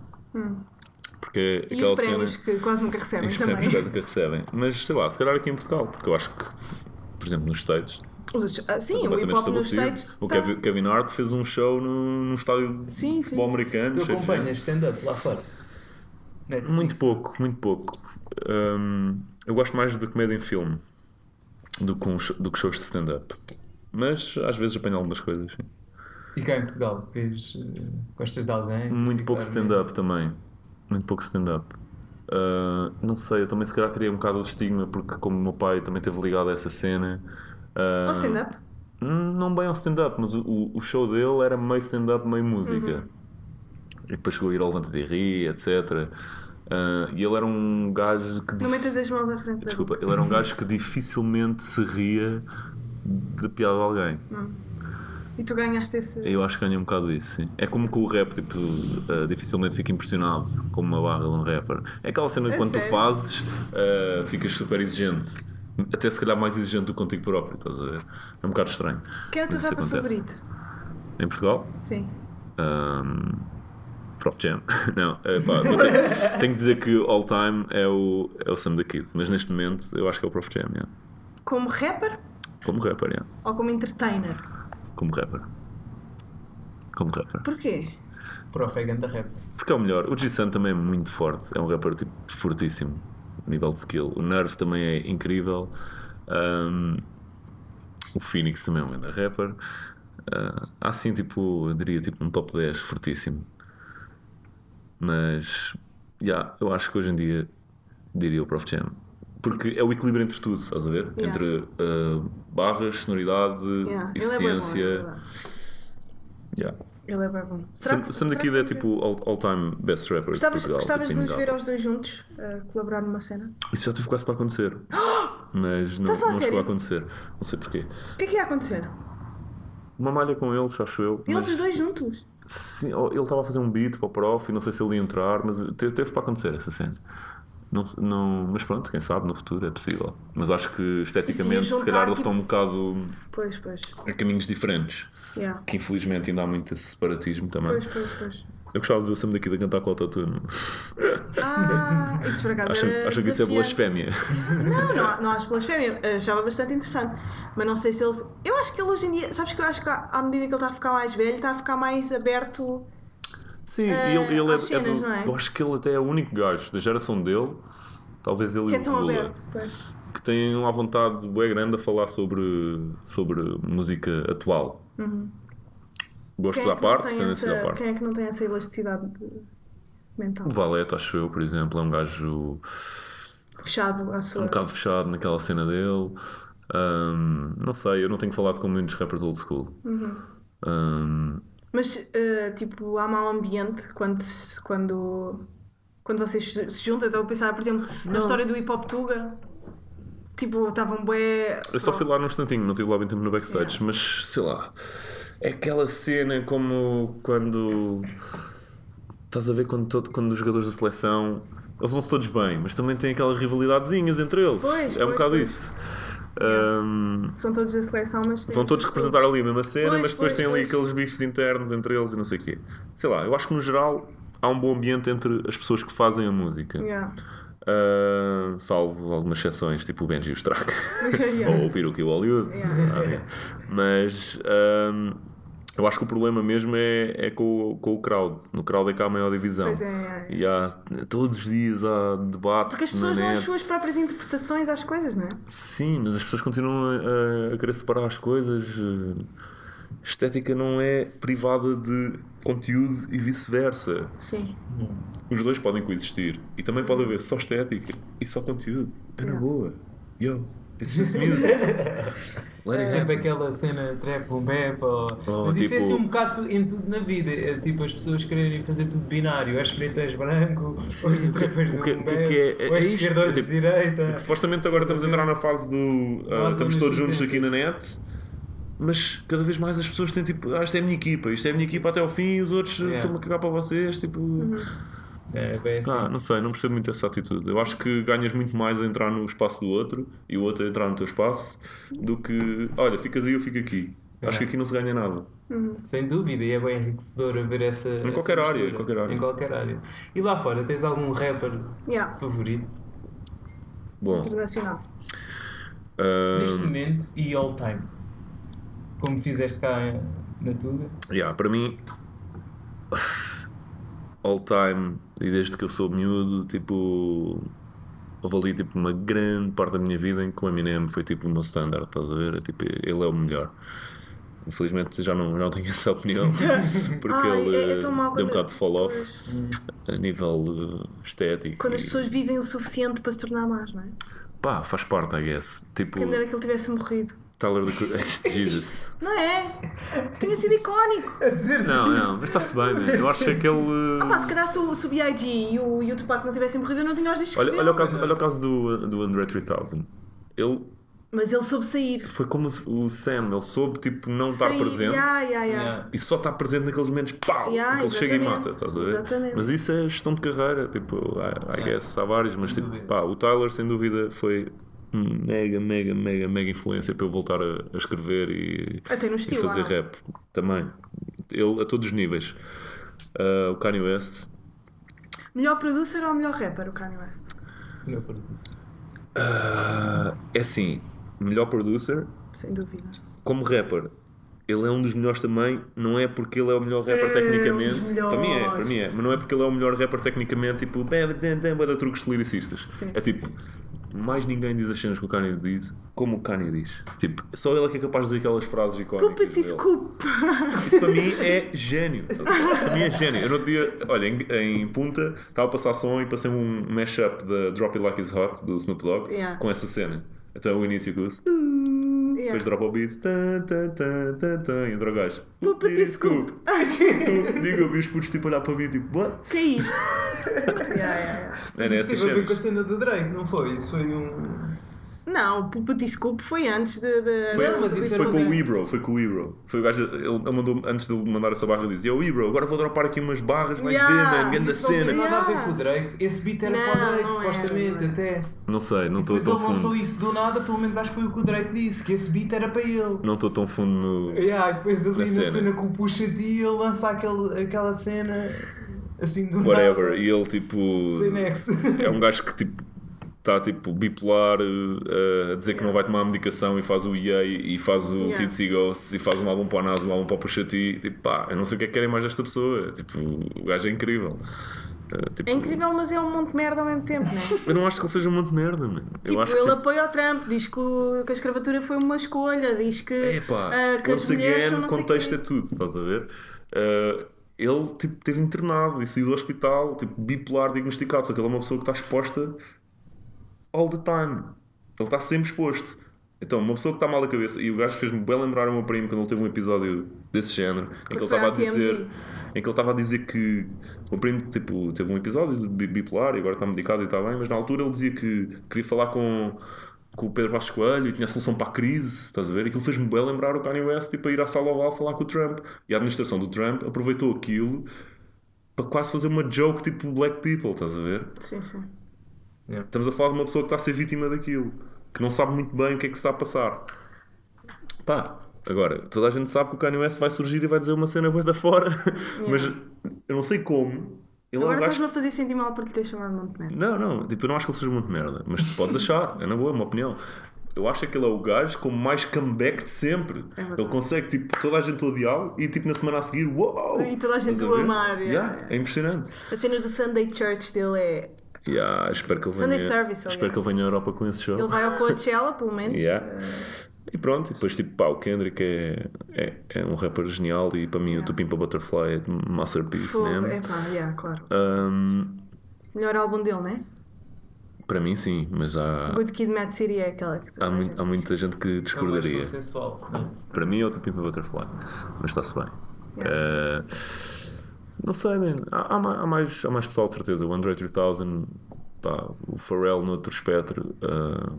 Porque é
Hum. E
aquela
os prémios
cena.
que quase nunca recebem
E os prémios
também.
quase que recebem. Mas sei lá, se calhar aqui em Portugal, porque eu acho que, por exemplo, nos States,
Os- ah, sim, o hip
completamente
hop nos
estabelecido.
States.
o
tá-
Kevin, Kevin Hart fez um show num, num estádio de
Sim,
futebol
sim.
americano.
Tu
cheio de gente.
acompanhas stand-up lá fora? Netflix.
Muito pouco, muito pouco. Hum, eu gosto mais de comédia em filme do que, um, sh- do que shows de stand-up. Mas às vezes apanho algumas coisas. sim.
E cá em Portugal, vês, eh, gostas de alguém?
Muito pouco
particularmente?
stand-up também. Muito pouco stand-up. Ah, não sei, eu também se calhar queria um bocado de estigma, porque como o meu pai também teve ligado a essa cena. ah,
Ou oh, stand-up.
Hum, Não bem ao stand-up, mas o- o, o show dele era meio stand-up, meio música.
Uhum.
E depois chegou a ir ao Levanta de Ri, etc. Ah, e ele era um gajo que.
Não
dif-
metas as mãos à frente da
Desculpa, ele era um gajo que dificilmente se ria da piada de alguém.
E tu ganhaste esse.
Eu acho que ganha um bocado isso, sim. É como com o rap, tipo, ah, dificilmente fico impressionado com uma barra de um rapper. É aquela cena que
A
quando tu
sério?
fazes, ah, ficas super exigente. Até se calhar mais exigente do que contigo próprio, estás a ver? É um bocado estranho.
Quem é o teu
Mas isso
rapper
acontece.
favorito?
Em Portugal,
Sim.
Um, Prof Jam. Não, eh, pá, eu tenho, tenho que dizer que all time é o, é o Sam da Kid, mas neste momento eu acho que é o Prof Jam, yeah.
Como rapper
como rapper, yeah.
ou como entertainer?
como rapper. Como rapper.
Porquê?
Prof, é ganda rap.
Porque é o melhor. O G-Sun também é muito forte, é um rapper tipo fortíssimo, a nível de skill. O Nerve também é incrível. Um, o Phoenix também é um grande rapper. Ah, há sim, tipo, eu diria, tipo, um top 10 fortíssimo. Mas, yeah, eu acho que hoje em dia diria o Prof Jam. Porque é o equilíbrio entre tudo, estás a ver? Entre ah, barras, sonoridade,
Yeah, ele é bem bom, é
eficiência.
verdade.
yeah.
Ele é bem bom. Será
Sam,
que-
Sam da
será
Kid
que-
é tipo all- all-time best rapper
Gostavas,
de Portugal.
gostavas de
tipo,
nos ver
inegável.
aos dois juntos, eh, colaborar numa cena?
Isso já teve quase para acontecer. Mas não,
Estás a falar
não chegou
sério?
a acontecer. Não sei porquê.
O que é que ia acontecer?
Uma malha com eles, acho eu.
Eles
mas
os dois juntos?
sim, ou ele estava a fazer um beat para o prof e não sei se ele ia entrar, mas te- teve, para acontecer essa cena. Não, se- não- mas pronto, quem sabe no futuro é possível. Mas acho que esteticamente, se
juntar,
calhar, eles
tipo-
estão um bocado
Pois, pois.
a caminhos diferentes.
Yeah.
Que infelizmente ainda há muito esse separatismo também.
Pois, pois, pois.
Eu gostava de ver o Sam daqui a cantar com o autotune.
Ah, isso por acaso
Acham,
era
acham que isso é
desafiante.
blasfémia?
Não, não, há- não acho blasfémia. Achava bastante interessante. Mas não sei se ele. Eu acho que ele hoje em dia. Sabes que eu acho que à à medida que ele está a ficar mais velho, está a ficar mais aberto.
Sim,
Eh,
e ele, ele é-
às
é,
cenas,
do,
não é?
Eu acho que ele até é o único gajo da geração dele, talvez ele
Que
e
é
o
tão
Lula,
aberto. Pois.
que tem uma vontade bem grande a falar sobre, sobre música atual. Gostos
Uhum. Quem é
à
que não
parte,
tem
tendências
essa-
à parte.
Quem é que não tem essa elasticidade de- mental?
O Valeto, acho eu, por exemplo, é um gajo
Fechado à sua.
um bocado fechado naquela cena dele. Ahm, não sei, eu não tenho falado com muitos rappers old school. Ahm,
Mas, eh, tipo, há mau ambiente quando, se- quando, quando vocês se se juntam. Então, Eu Estou a pensar, por exemplo, na história do hip hop Tuga. Tipo, estavam bué.
Eu só fui lá num instantinho, não estive lá bem tempo no backstage, mas sei lá. É aquela cena como quando. Estás a ver quando, todo, quando os jogadores da seleção. Eles não se todos bem, mas também têm aquelas rivalidadezinhas entre eles.
Pois,
é um
pois,
bocado
pois.
isso. Ahm,
São todos da seleção, mas. tipo
vão todos representar ali a mesma cena,
Pois,
mas
pois,
depois têm ali
pois.
aqueles bifes internos entre eles e não sei o quê. Sei lá, eu acho que no geral há um bom ambiente entre as pessoas que fazem a música.
Yeah.
Ah, salvo algumas exceções, tipo o Benji e o Strack. Ou o Peruque e o Hollywood.
Yeah.
Ah, é. Mas ahm, eu acho que o problema mesmo é, é com, o- com o crowd. No crowd é que há a maior divisão.
Pois é, é, é.
E há, todos os dias há debates
Porque as
na
pessoas dão as
net.
suas próprias interpretações às coisas, não é?
Sim, mas as pessoas continuam a, a querer separar as coisas. eh, estética não é privada de conteúdo e vice-versa.
Sim.
Os dois podem coexistir. E também pode haver só estética e só conteúdo. É na boa. Yo, it's just music. Let
Por
É.
it
exemplo,
happen.
aquela cena trap ou bap, ou...
Oh,
mas isso é
tipo-
assim um bocado em tudo na vida. É tipo as pessoas quererem fazer tudo binário. És preto, és branco, ou és de trap, és de
o que-
um
o que é
bap,
que é- é
ou és de
isto?
esquerda, ou és de
Tipo,
direita.
Que supostamente agora estamos a entrar na fase do. ah,
Nós
estamos
ao
todos
mesmo
juntos
tempo.
aqui na net, mas cada vez mais as pessoas têm tipo. Ah, isto é a minha equipa, isto é a minha equipa até ao fim, os outros
Yeah.
estão-me a cagar para vocês. Tipo.
É bem assim.
Pá, não sei, não percebo muito essa atitude. Eu acho que ganhas muito mais a entrar no espaço do outro e o outro a entrar no teu espaço do que. Olha, ficas aí, eu fico aqui. Acho
Yeah.
que aqui não se ganha nada.
Sem dúvida, e é bem enriquecedor haver essa. essa
qualquer área,
mistura.
em qualquer área.
Em qualquer área. E lá fora, tens algum rapper
Yeah.
favorito
Bom.
Internacional.
ah,
neste momento e all time? Como fizeste cá eh, na Tuga?
Yeah, para mim, all time, e desde que eu sou miúdo, tipo, houve ali tipo, uma grande parte da minha vida em que o Eminem foi tipo o meu standard, estás a ver? É, tipo, ele é o melhor. Infelizmente já não, não tenho essa opinião, porque
Ai,
ele
é- é tão mau
eh, deu
quando-
um bocado de fall-off
pois.
a nível eh, estético.
Quando as
e-
pessoas vivem o suficiente para se tornar más, não é?
Pá, faz parte, I guess. Tipo,
Quem dera é que ele tivesse morrido.
Tyler the Creator. Jesus.
Não é? Tinha sido icónico.
Não, não, mas está-se bem, man. eu acho que aquele. eh,
Ah, pá, se calhar se o, se o B.I.G. e o, e o Tupac não tivessem morrido, eu não tinha os discos
Olha,
dele.
olha, o caso, olha o caso do, do André 3000. Ele
Mas ele soube sair.
foi como o Sam, ele soube tipo, não estar
Sair.
presente
Yeah, yeah, yeah.
Yeah.
e só estar presente naqueles momentos pau,
Yeah,
que ele chega e
exatamente.
mata, estás a ver?
Exatamente. É.
Mas isso é gestão de carreira, tipo, I, I guess, há vários, mas
Sem
tipo,
dúvida.
pá, o Tyler sem dúvida foi um mega, mega, mega, mega influência para eu voltar a, a escrever e,
Até no
e
estilo.
fazer
ah.
rap também. Ele a todos os níveis. Ah, o Kanye West,
Melhor producer ou melhor rapper, o Kanye West?
Não produzo.
ah, é assim, melhor producer,
Sem dúvida.
como rapper, ele é um dos melhores também, não é porque ele é o melhor rapper
um dos
tecnicamente.
melhores.
para mim é, para mim é, mas não é porque ele é o melhor rapper tecnicamente, tipo, bebe, dan, dan, bué de truques de lyricistas.
Sim.
É tipo, mais ninguém diz as cenas que o Kanye diz, como o Kanye diz. Tipo, só ele é que é capaz de dizer aquelas frases icónicas.
Desculpa,
dele.
desculpa.
Isso para mim é gênio. Isso para mim é gênio. Eu no outro dia, olha, em, em Punta, estava a passar som e passei um mashup da Drop It Like It's Hot, do Snoop Dogg,
Yeah.
com essa cena. Então o início com isso. Depois dropa o beat. Tan, tan, tan, tan, tan, e entra o gajo.
Pupa,
Digo,
desculpa.
desculpa. Digo, eu vi os putos tipo a olhar para mim tipo, what?
O que é isto? Yeah, yeah, yeah.
Era
Isso
essas
teve a ver com a
cenas.
cena do Drake, não foi? Isso foi um.
Não, Pupa Desculpe foi antes de. de-
Foi,
Não, mas isso
foi
era
com o
bem.
Ebro, foi com o Ebro. Foi o gajo, ele ele mandou, antes de ele mandar essa barra, ele dizia: Yo, Ebro, agora vou dropar aqui umas barras, vais
Yeah.
ver, man, grande
Isso não
cena.
tem nada a ver
Yeah.
com o Drake. Esse beat era
Não,
para o Drake,
não era,
supostamente,
não
até.
Não sei, não estou
Mas
tão
ele lançou
fundo.
isso do nada, pelo menos acho que foi o que o Drake disse, que esse beat era para ele.
Não estou tão fundo no.
Yeah, e depois ali
Na
na
cena.
cena, com o Puxa T, ele lança aquele, aquela cena assim do
Whatever.
nada.
E ele tipo.
Sem nexo.
É um gajo que tipo está tipo bipolar eh, a dizer que não vai tomar a medicação e faz o EA e faz o
Yeah.
Kid Sea Ghost e faz um álbum para o Nas, um álbum para o Pusha T tipo, pá, eu não sei o que é que querem mais desta pessoa tipo, o gajo é incrível Eh, tipo,
É incrível, mas é um monte de merda ao mesmo tempo, não é?
eu não acho que ele seja um monte de merda man. eu
Tipo,
acho
ele
que tipo,
apoia o Trump, diz que, o- que a escravatura foi uma escolha, diz que.
Epá,
ah, que as
once
mulheres são
again,
não sei
contexto é
quê.
tudo, estás a ver? Eh, ele tipo, teve internado e saiu do hospital, tipo, bipolar diagnosticado, só que ele é uma pessoa que está exposta all the time. Ele está sempre exposto. Então, uma pessoa que está mal da cabeça, e o gajo fez-me bem lembrar o meu primo quando ele teve um episódio desse género, em que ele
foi
estava a
à TMZ.
dizer. Em que ele estava a dizer que o meu primo tipo, teve um episódio de bi- bipolar e agora está medicado e está bem, mas na altura ele dizia que queria falar com, com o Pedro Passos Coelho e tinha a solução para a crise, estás a ver? Aquilo fez-me bem lembrar o Kanye West tipo, a ir à sala oval falar com o Trump. E a administração do Trump aproveitou aquilo para quase fazer uma joke tipo black people, estás a ver?
Sim, sim.
Estamos a falar de uma pessoa que está a ser vítima daquilo, que não sabe muito bem o que é que se está a passar. Pá, agora, toda a gente sabe que o Kanye West vai surgir e vai dizer uma cena boa da fora, mas eu não sei como. Ele é um
Agora
gajo.
estás-me a fazer sentir mal por lhe ter chamado monte de merda.
Não, não, tipo, eu não acho que ele seja muito merda, mas tu podes achar, é na boa, é uma opinião. Eu acho que ele é o gajo com mais comeback de sempre.
É verdade.
ele consegue, tipo, toda a gente odiá-lo e, tipo, na semana a seguir, uou!
E toda a gente
Estás
o
ver?
amar, é.
Yeah, é impressionante.
A cena do Sunday Church dele é.
Yeah, espero que ele venha.
Sunday service,
espero
aliás.
que ele venha à Europa com esse show.
Ele vai ao Coachella, pelo menos.
Yeah. E pronto, e depois tipo, pá, o Kendrick é, é, é um rapper genial e para mim o Tupimpa Butterfly é um masterpiece mesmo.
É pá, yeah, claro.
Ahm,
Melhor álbum dele, né?
para mim sim, mas há,
Good Kid Mad City é aquela que.
Ah. há, mui- há muita gente que
É o mais
discordaria.
consensual.
Para mim é o Tupimpa Butterfly, mas está-se bem. Eh, não sei, man. Há, há ma- há mais, há mais pessoal de certeza. O Andre 3000, pá, o Pharrell no outro espectro. ah,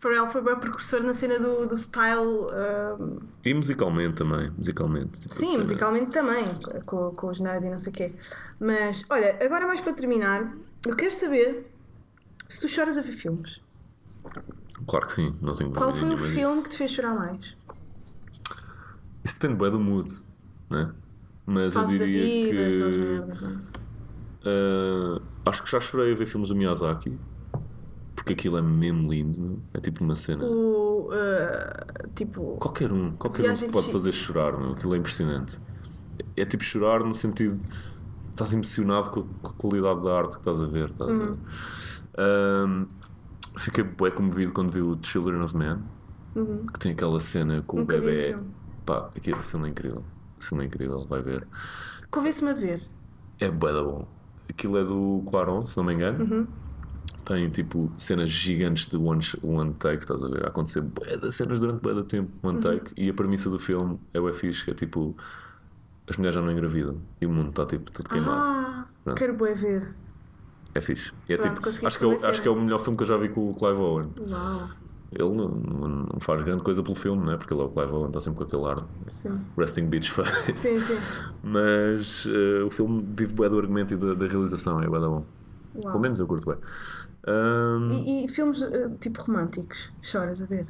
Pharrell foi bem precursor na cena do, do style. um,
e musicalmente também, musicalmente. Tipo,
Sim,
cena-
musicalmente também, com, com os nerd e não sei o quê. Mas, olha, agora mais para terminar, eu quero saber se tu choras a ver filmes.
Claro que sim, não tenho
Qual foi o
dúvida nenhuma
filme
disso.
que te fez chorar mais?
Isso depende bem do mood, né? Mas eu
Fases da
diria
vida, aquelas
que.
merdas. não é?
ah, acho que já chorei a ver filmes do Miyazaki. Porque aquilo é mesmo lindo, meu. é tipo uma cena.
O. uh, tipo.
Qualquer um, qualquer um
Viagem
te
de
pode
Chi-
fazer chorar, meu. aquilo é impressionante. É tipo chorar no sentido estás emocionado com a, com a qualidade da arte que estás a ver. Estás
Uhum.
a ver. Ahm, fiquei bem comovido quando vi o Children of Man, que tem aquela cena com
Uhum. Nunca
o
vi esse
bebê.
filme.
Pá, aquele filme é incrível. Esse filme é incrível, vai ver.
Convence-me a ver.
É bué da bom. Aquilo é do Quaron, se não me engano.
Uhum.
Tem tipo cenas gigantes de one, sh- one take, estás a ver? A acontecer bué de cenas durante bué de tempo,
Uhum.
one take. E a premissa do filme é o fixe, que é tipo. As mulheres já não engravidam e o mundo está tipo tudo queimado.
Ah,
Pronto.
quero bem ver.
É fixe. E é,
Pronto,
tipo,
conseguiste
acho, que é o,
convencer-me.
acho que é o melhor filme que eu já vi com o Clive Owen.
Uau,
Ele não, não- não faz grande coisa pelo filme, né? Porque ele é o Clive Owen, está sempre com aquele ar de
sim.
resting bitch face.
Sim, sim.
Mas eh, o filme vive bué do argumento e da, da realização, é bué da bom. Pelo
Uau.
menos eu curto bem. Ahm,
E, e filmes uh, tipo românticos? Choras a ver?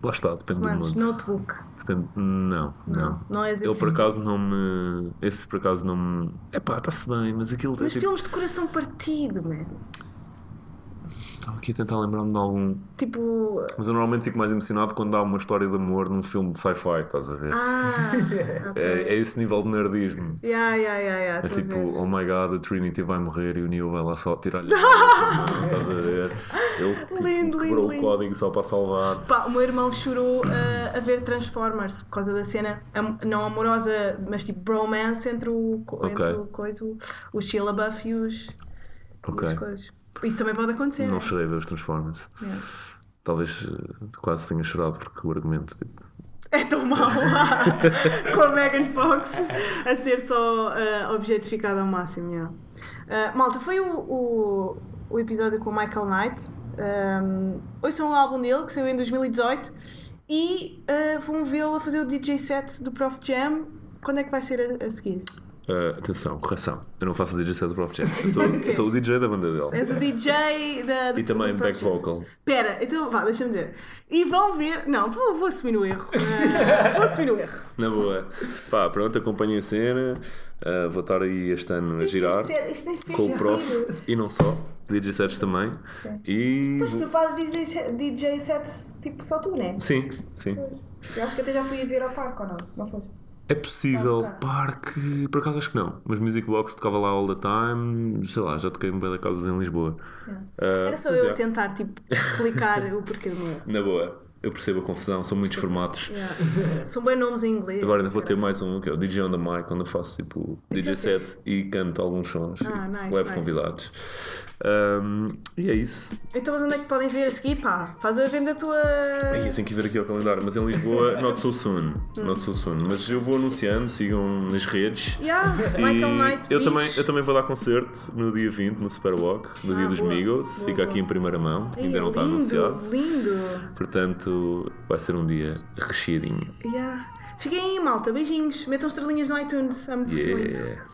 Lá está, depende do
Romances,
mundo.
notebook.
Depende... Não, não.
Não é és
Ele por
exigente.
acaso não me. Esse por acaso não me. Epá, está-se bem, mas aquilo. é
Mas
tipo-
filmes de coração partido, man.
Estava aqui a tentar lembrar-me de algum.
Tipo.
Mas eu normalmente fico mais emocionado quando há uma história de amor num filme de sci-fi, estás a ver?
Ah! ok.
É, é esse nível de nerdismo.
Yeah, yeah, yeah, yeah,
É
estou a
tipo,
ver.
oh my god, a Trinity vai morrer e o Neo vai lá só tirar-lhe. a mão, estás a ver? Ele tipo,
Lindo, lindo,
quebrou o
lindo.
código só para salvar.
Pá, o meu irmão chorou uh, a ver Transformers por causa da cena am- não amorosa, mas tipo bromance entre o, co-
Ok.
entre o coisa, o- o Sheila Buff e os, e
Ok.
as coisas. Isso também pode acontecer.
Não
né?
chorei a ver os Transformers.
Yeah.
Talvez eh, quase tenha chorado porque o argumento tipo,
É tão mau com a Megan Fox a ser só ah, objetificada ao máximo. yeah. Ah, malta, foi o, o, o episódio com o Michael Knight. Um, ouçam o álbum dele que saiu em 2018 e ah, vão vê-lo a fazer o DJ set do Prof Jam. Quando é que vai ser a, a seguir?
Uh, atenção, correção. Eu não faço DJ set do Prof Jam. Eu sou,
Mas o quê?
eu sou o DJ da banda dele.
És o DJ da. do-
E também
do Prof.
back
Jam.
vocal.
Pera, então vá, deixa-me dizer. E vão ver. Não, vou, vou assumir o erro. Ah, vou assumir o erro.
Na boa. Pá, pronto, acompanhem a cena. Uh, vou estar aí este ano a girar
DJ set, isto é nem fez
com o prof
sentido.
e não só. DJ sets também. E.
Pois tu fazes DJ, DJ sets tipo só tu, né?
Sim, sim.
Eu acho que até já fui a ver ao parque ou não? Não foste?
É possível,
Vai tocar.
parque. Por acaso acho que não. Mas Music Box tocava lá all the time. Sei lá, já toquei em bela casas em Lisboa. Uh,
Era só
mas
eu
é.
a tentar tipo explicar o porquê do meu erro.
Na boa. Eu percebo a confusão, são muitos formatos.
Yeah. São bem nomes em inglês.
Agora ainda vou ter mais um, que é o DJ on the mic, quando eu faço tipo DJ
Isso é o quê?
set e canto alguns sons.
Ah,
e
nice,
levo
nice.
convidados. Ahm, e é isso.
Então, mas onde é que podem ver a seguir? Pá, faz a venda a tua.
Ai, eu tenho que ver aqui ao calendário, mas em Lisboa, not so soon. Not so soon. Mas eu vou anunciando, sigam nas redes.
Yeah,
E
Michael Knight.
eu
bicho.
também, eu também vou dar concerto no dia 20, no Superwalk, no dia
Ah,
dos
boa.
Migos.
Boa,
Fica
boa.
aqui em primeira mão,
Ai,
ainda não está
lindo,
anunciado.
Lindo.
Portanto, vai ser um dia recheadinho.
Yeah. Fiquem aí, malta. Beijinhos. Metam estrelinhas no iTunes. Amo-vos muito.
Yeah.